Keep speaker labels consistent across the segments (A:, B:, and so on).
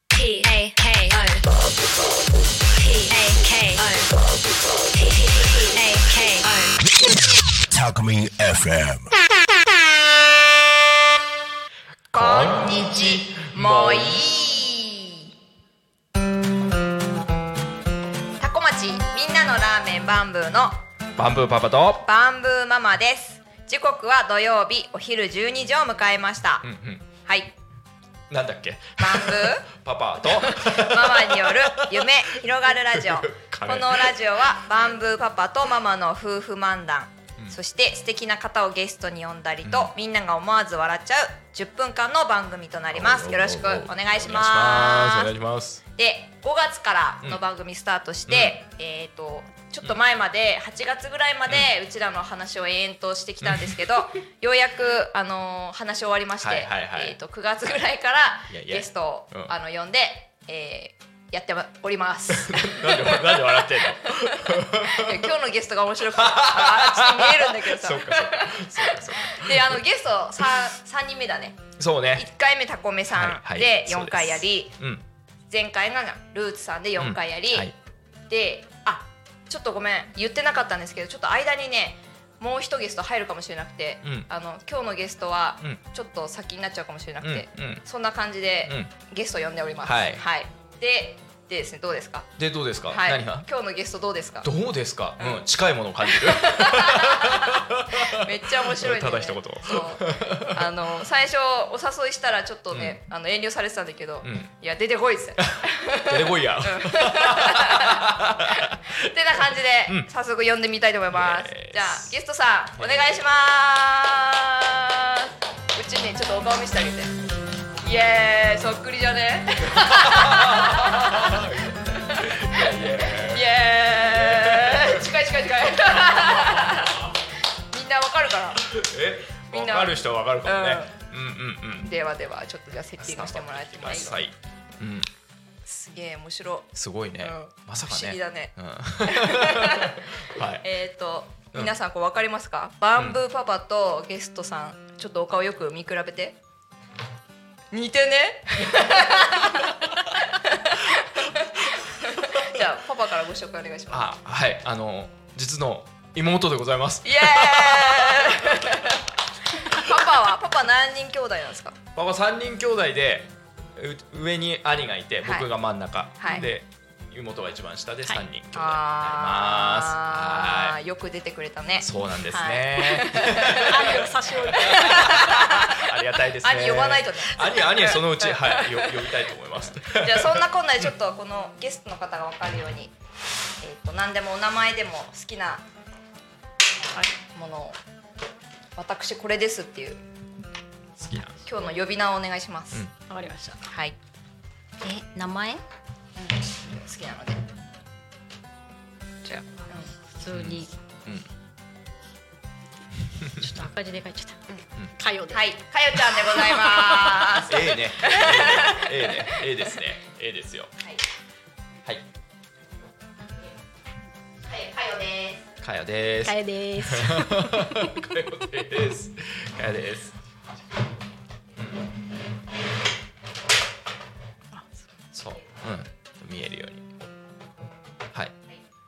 A: P A K O. P A K O. P A K O.
B: Talk FM.
C: こんにちもういいタコ町みんなのラーメンバンブーの
D: バンブーパパと。
C: バンブーママです時刻は土曜日お昼12時を迎えました、
D: うんうん。
C: はい
D: なんだっ け。
C: バンブ
D: パパと。
C: ーママによる夢広がるラジ オこ
D: 金
C: のラジオはバンブーパパとママの夫婦漫談、そして素敵な方をゲストに呼んだりと、みんなが思わず笑っちゃう10分間の番組となり ますよろしくお願いします
D: お願いします。
C: で5月からの番組スタートして、えっ、とちょっと前まで8月ぐらいまでうちらの話を延々としてきたんです けど、ようやく、あのー話終わりまして、
D: はいはいはい
C: えー、と9月ぐらいから
D: いやいや
C: ゲストを
D: うん
C: あの呼んで、えーやっております
D: なんで、なんで笑ってんの。
C: 今日のゲストが面白くてあーちょっと見えるんだけどさ
D: そうか、そうか。そうか、そうか。
C: であのゲスト 3, 3人目だね
D: そうね。
C: 1回目タコメさ
D: はいは
C: ん
D: い
C: で4回やり、
D: うん。
C: 前回がルーツさんで4回やり、
D: うんはい
C: であちょっとごめん言ってなかったんですけどちょっと間にねもう一ゲスト入るかもしれなくて、
D: うん
C: あの今日のゲストは
D: うん
C: ちょっと先になっちゃうかもしれなくて、
D: うんうん
C: そんな感じで
D: うん
C: ゲスト呼んでおります。
D: はい
C: ででですねどうですか、
D: で、どうですか。
C: はい、
D: 何が。
C: 今日のゲストどうですか
D: どうですか。
C: うん
D: うん、近いもの を感じる。
C: めっちゃ面白いんで、ね、
D: ただ一言
C: そうあの最初お誘いしたらちょっとね、あの遠慮されてたんだけど、
D: うん
C: いや出てこいっすよっ
D: 出てこいや。
C: てな感じで、早速呼んでみたいと思います
D: イエーイ
C: じゃあゲストさんお願いしますうちねちょっとお顔見せてあげてイエーイそっくりじゃ ねイエーイ近い近い近いみんなわかるかな
D: え。
C: みん
D: わ
C: な
D: かる人はわかるかもね。うん、うん、うん。
C: ではではちょっとじゃあセッティングしてもらってもいい
D: はい。うん。
C: すげえ面白
D: すごいね
C: う。ん
D: まさかね。
C: 不思議だね
D: うん。 はい。
C: えっ、ー、と
D: うん
C: 皆さんこう分かりますか、バンブーパパとゲストさんちょっとお顔よく見比べて似て ねじゃあパパからご紹介お願いしま
D: あ、はい、あの、実の妹でございます
C: す。イエーイパパはパパ何人兄弟なんですか
D: パパ三人兄弟で、う上に兄がい
C: は
D: て、
C: い
D: 僕が真ん中、
C: はい
D: で。妹が一番下で三人兄弟になります。
C: あ
D: は
C: ーよく出てくれたね
D: い。そうなんですね。
E: 兄を差し置いて
D: ありがたいですね。
C: 兄呼ばないとね
D: 兄、兄そのうち、はい、よ呼びたいと思 います。
C: じゃあそんなこんなでちょっとこのゲストの方が分かるように、えー、と何でもお名前でも好きなものを私これですっていう
D: 好きな。
C: 今日の呼び名をお願いします、
D: うん
E: わかりました
C: はい
E: え名前
C: 好きなのでじゃあ、
E: 普通に
D: うん。
E: ちょっと赤字で書いちゃっ
D: うん
E: たかよ
C: う
E: で
C: んはいかよちゃんでござい ます
D: ええね。ええね。ええですね。ええですよ。
C: はい
D: はい。
C: はいかよです
D: かやです。
E: かよです
D: かよです。かよです。そう、うん、見えるように。はい。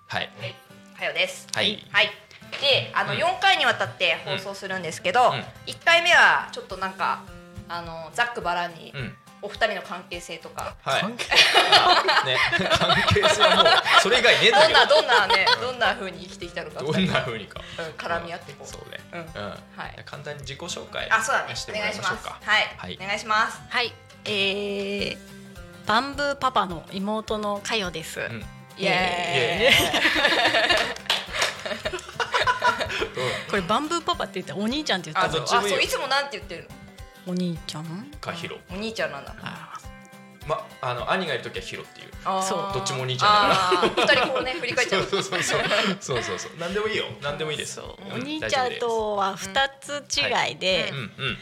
D: はい。
C: かよです
D: はい
C: はいであの
D: うん
C: 4回にわたって放送するんですけど、
D: ん
C: 一1回目はちょっとなんかあのざっくばらんに、
D: うん。
C: お二人の関係性とか
D: はい。あね、 関係性はもう、それ以外ねえん
C: どんな
D: だ
C: どんなねどんな風に生きてきたのか
D: けど。どんな風にか。
C: うん絡み合ってこう
D: そうね。
C: うん
D: うん。
C: はい
D: 簡単に自己紹介。
C: あそうだね
D: して
C: お
D: もら
C: 願い
D: い
C: し
D: ま
C: ま
D: しょ
C: す
D: うか。
C: はい、
D: はい
C: お願いします
E: はいえーバンブーパパの妹のかよです
D: うん。
C: イエ
E: これバンブーパパって言ってお兄ちゃんって言
C: ーイ
E: っ
C: あ
E: た
D: ど
C: そう
D: っ
C: あ
D: ちも
C: そう
D: いいよ
C: いつもなんて言ってる
E: お兄ちゃん
D: かひろ。
C: のお兄ちゃんなんだ
E: あ
D: ま、あの、兄がいるときはひろっていう。
C: あー
E: そう
D: どっちもお兄ちゃ
C: あー二人こうね振り返っちゃう
D: そうそうそうそうそうそうなんでもいいよなんでもいいです
E: お兄ちゃんとは二つ違いで
D: うんうん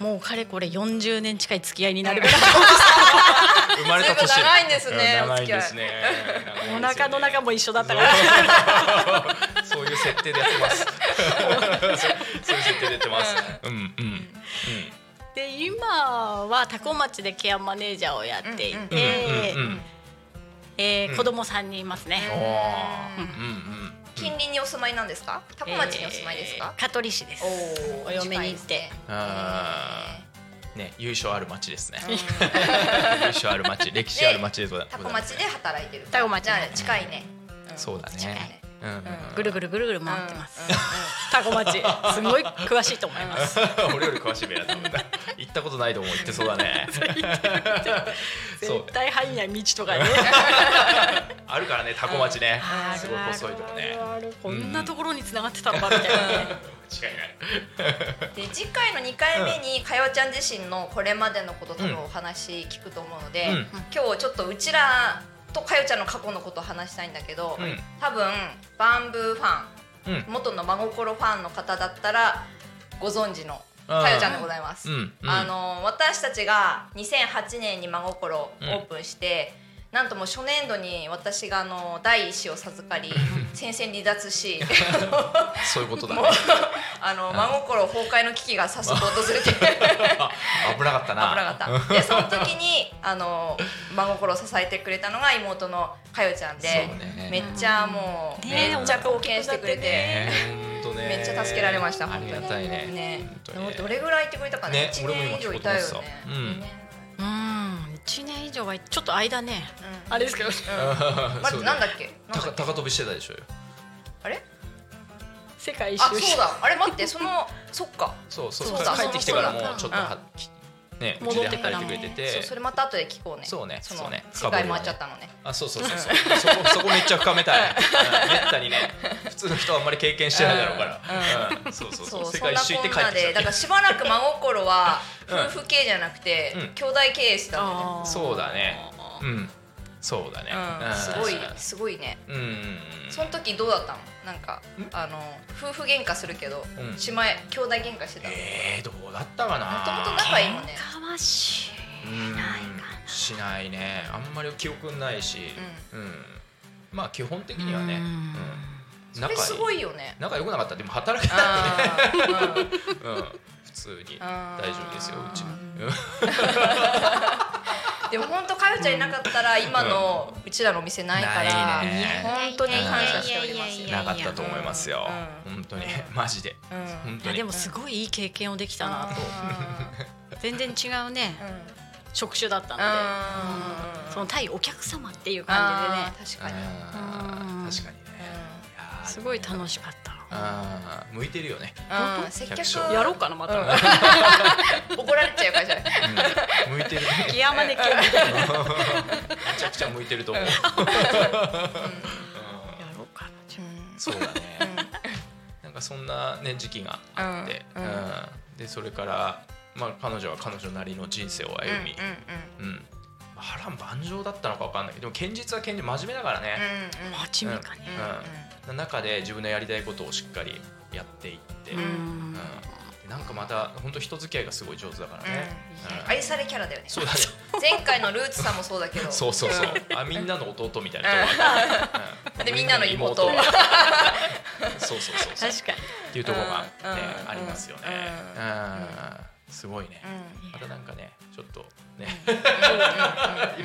E: もうかれこれ40年近い付き合いになるぐらい
D: 生まれた年
C: 随分長いんですね
D: うん長いんですね
E: お腹の中
D: も
E: も一緒だったから
D: そういう設定でやってますそういう設定でやってますうんうんうん
E: で今は多古町でケアマネージャーをやっていて、
D: うんうんうん
E: えー
D: うん
E: 子供3人いますね。
D: おーうんうん
C: 近隣にお住まいなんですかタコ町にお住まいですか
E: えー、香取市です。
C: おー
E: お嫁
C: 近い
E: に行って
C: ですね
D: あーね優勝ある町ですね
C: うん
D: 優勝ある町歴史ある町でござい
C: タ
D: ます
C: コ町で働いてる
E: タコ町
C: じゃあ近いね
D: そうだ
E: 近い
D: ねうんうん
E: ぐるぐるぐるぐる回ってます。タコ町すごい詳しいと思います。
D: うん 俺より詳しいべや多分行ったことないと思う言ってそうだねそう
E: 絶対入んない道とかね。
D: あるからねタコ町ね
E: ある
D: すごい細いとこね
E: あるあるこんなところに繋がってたのかみたいなね。
D: 間違いない
C: で次回の2回目にかよちゃん自身のこれまでのこと多分お話聞くと思うので、
D: うん
C: 今日ちょっとうちらとかよちゃんの過去のことを話したいんだけど、
D: うん
C: 多分バンブーファン、
D: う
C: 元の真心ファンの方だったらご存知のかよちゃんでございます。
D: うんうん
C: あの私たちが2008年に真心オープンして、なんともう初年度に私があの第一子を授かり戦線離脱 し
D: そういうことだね
C: もうあの真心崩壊の危機が早速訪れて危
D: あ危なかったな
C: なかっ たでその時にあの真心を支えてくれたのが妹のかよちゃんで、
D: そうね
C: めっちゃもう、
E: ね
C: めっちゃ貢献してくれて、
D: ねほんとね
C: めっちゃ助けられました
D: あ
C: 本当
D: り
C: に
D: がたいね
C: ね
D: ほんと
C: で
D: ね
C: も どれぐらい行ってくれたかね
D: ね
C: 一
D: 俺も今
C: 年以上いたよ
D: ちょっと思っ
C: ね二
D: てた
C: 年
E: うん、一年以上はちょっと間ね。
C: うん
E: あれですけ
C: う
E: ど。
C: ん待ってなんだっけなんだ
D: 高
C: っけ
D: 高飛びしてたでしょよ
C: あれ
E: 世界一
C: あ
E: 周
C: そうだあれ待ってその そっか
D: そうそう
C: そうだ
D: 帰ってきてからも
E: そうだ
D: ちょっとはきねうち
E: 戻
D: で
E: ってから
D: 働
E: も
D: いてくれて
C: そう
D: て
C: それまた後で聞こうね
D: そうね
C: の
D: そうね
C: 世界回っちゃったのね
D: あそうそうそうそうそこそこめっちゃ深めたい うんめったにね普通の人はあんまり経験してないだろうからうんそうそう
C: そ
D: そうう世
C: そん
D: 界
C: な
D: 一周行って
C: こん
D: 帰
C: な
D: って
C: で
D: きた
C: だからしばらく真心は
D: うん
C: 夫婦系じゃなくて、
D: うん
C: 兄弟経営してたんだよね
E: あー
D: そうだねうんそうだね
C: う
D: うん
C: ん、すごい
D: うん
C: すごいね
D: うん
C: その時どうだったのなんかあの夫婦喧嘩するけど、
D: うん
C: 姉妹兄弟喧嘩してたのも
D: えーどうだったかな
C: ともと仲いいもんね
E: かましいないかな。
D: しないねあんまり記憶ないし、うんまあ基本的にはね、うん、
C: そ
D: 仲
C: れ
D: いい
C: すごいよ ね
D: 仲良くなかったらでも働けない、
C: あーうん
D: うん、普通に
C: あー
D: 大丈夫ですようちは
C: でも本当かよちゃんいなかったら今のうちらのお店ないから
D: ないね
C: 本当に感謝しておりま
E: い
C: す
E: や
C: よ
E: いやいやいや
D: なかったと思いますよ、
C: うん
D: 本当にマジで、
C: うん
D: 本
E: い
D: 当
E: や
D: に
E: でもすごいいい経験をできたなと全然違うね
C: うんうん
E: 職種だったのでその対お客様っていう感じで
C: あー確
E: ね
D: あ
C: かに
D: ー確かに
C: う
D: ねいやー
E: すごい楽しかった
D: あー向いてるよね、
C: んうん接客
D: 百姓
E: やろうかなまた
C: うん怒られちゃうからじゃない
D: うん、向いてるね
E: ギアマネ系みたい なや
D: めちゃくちゃ向いてると思う、
E: ろうか
D: そうだね、なんかそんな、ね、時期があ って、
C: う
D: うんん
C: うん
D: でそれから、まあ、彼女は彼女なりの人生を
C: うんうん
D: 歩み、うん波乱万丈だったのかわかんないけどでも堅実は堅実真面目だから
C: うん
D: ね、
C: うん
E: な真面目かね
D: うん中で自分のやりたいことをしっかりやっていって、
E: う
D: うん
E: ん
D: でなんかまた本当人付き合いがすごい上手だからね、
C: うん
D: うん
C: 愛されキャラだよね
D: そうだね
C: 前回のルーツさんもそうだけど
D: そうそうそうあみんなの弟みたいなとこある
C: でみんなの妹
D: みんなのそうそうそうそう
E: 確かに
D: っていうところが、ね
C: うんうん
D: ありますよね。
C: う
D: うんん、すごいね。
C: う
D: またなんかね、ちょっとね、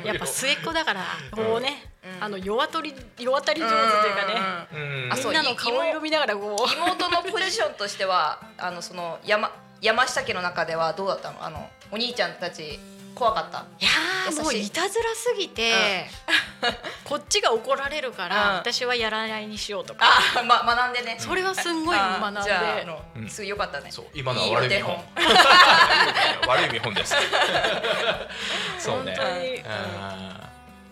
E: やっぱ末っ子だからこうね
C: うん
E: あの弱取り弱たり上
C: ん
E: 手というかね
D: うん
C: あ
E: み
C: そうん
E: なの顔色見ながらこう
C: 妹のポジションとしてはあのその山山下家の中ではどうだったのあのお兄ちゃんたち怖かった
E: いや
C: 優しい
E: ーもういたずらすぎて、こっちが怒られるから、
C: うん
E: 私はやらないにしようとか、
C: あ、 ま、学んでね
E: それはすんごい
C: あー
E: 学んで
C: じゃああの
D: うん
C: すごいよかったね
D: そう今のは悪い見本。
C: いい
D: 悪い見本 です。そうね。
E: 本
D: う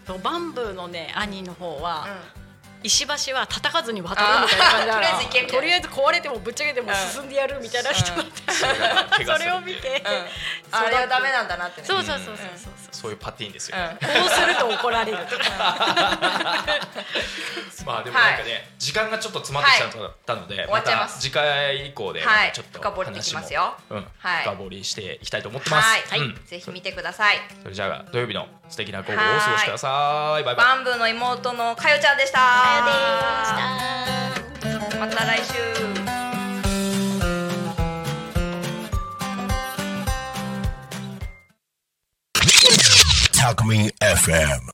E: 当にバンブーのね兄の方は、
C: うん
E: 石橋は叩かずに渡るみたいな感じだか
C: あーと
E: ら
C: りあえず行けみたいな
E: とりあえず壊れてもぶっちゃけても
C: うん
E: 進んでやるみたいな人だっ
D: んそれが怪
E: た、
D: 我
E: そ
D: する
E: れを見て、
C: うんあれはダメなんだなってね
E: そうそうそうそうそうそう
D: そういうパティーンですよ
C: うん。
E: こうすると怒られるとか
D: まあでもなんかね、時間がちょっと詰まってきちゃったので、
C: 終わっちゃいます
D: た次回以降でま
C: はい
D: たちょっと
C: 深掘りできますよ
D: 話もうん、
C: はい
D: 深掘りしていきたいと思ってます。
C: はい、
D: うん
C: ぜひ見てください
D: それじゃあ土曜日の素敵な午後をお過ごしください。バイバイ。
C: バンブーの妹のかよちゃんでしたまた来週
B: Talk Me FM.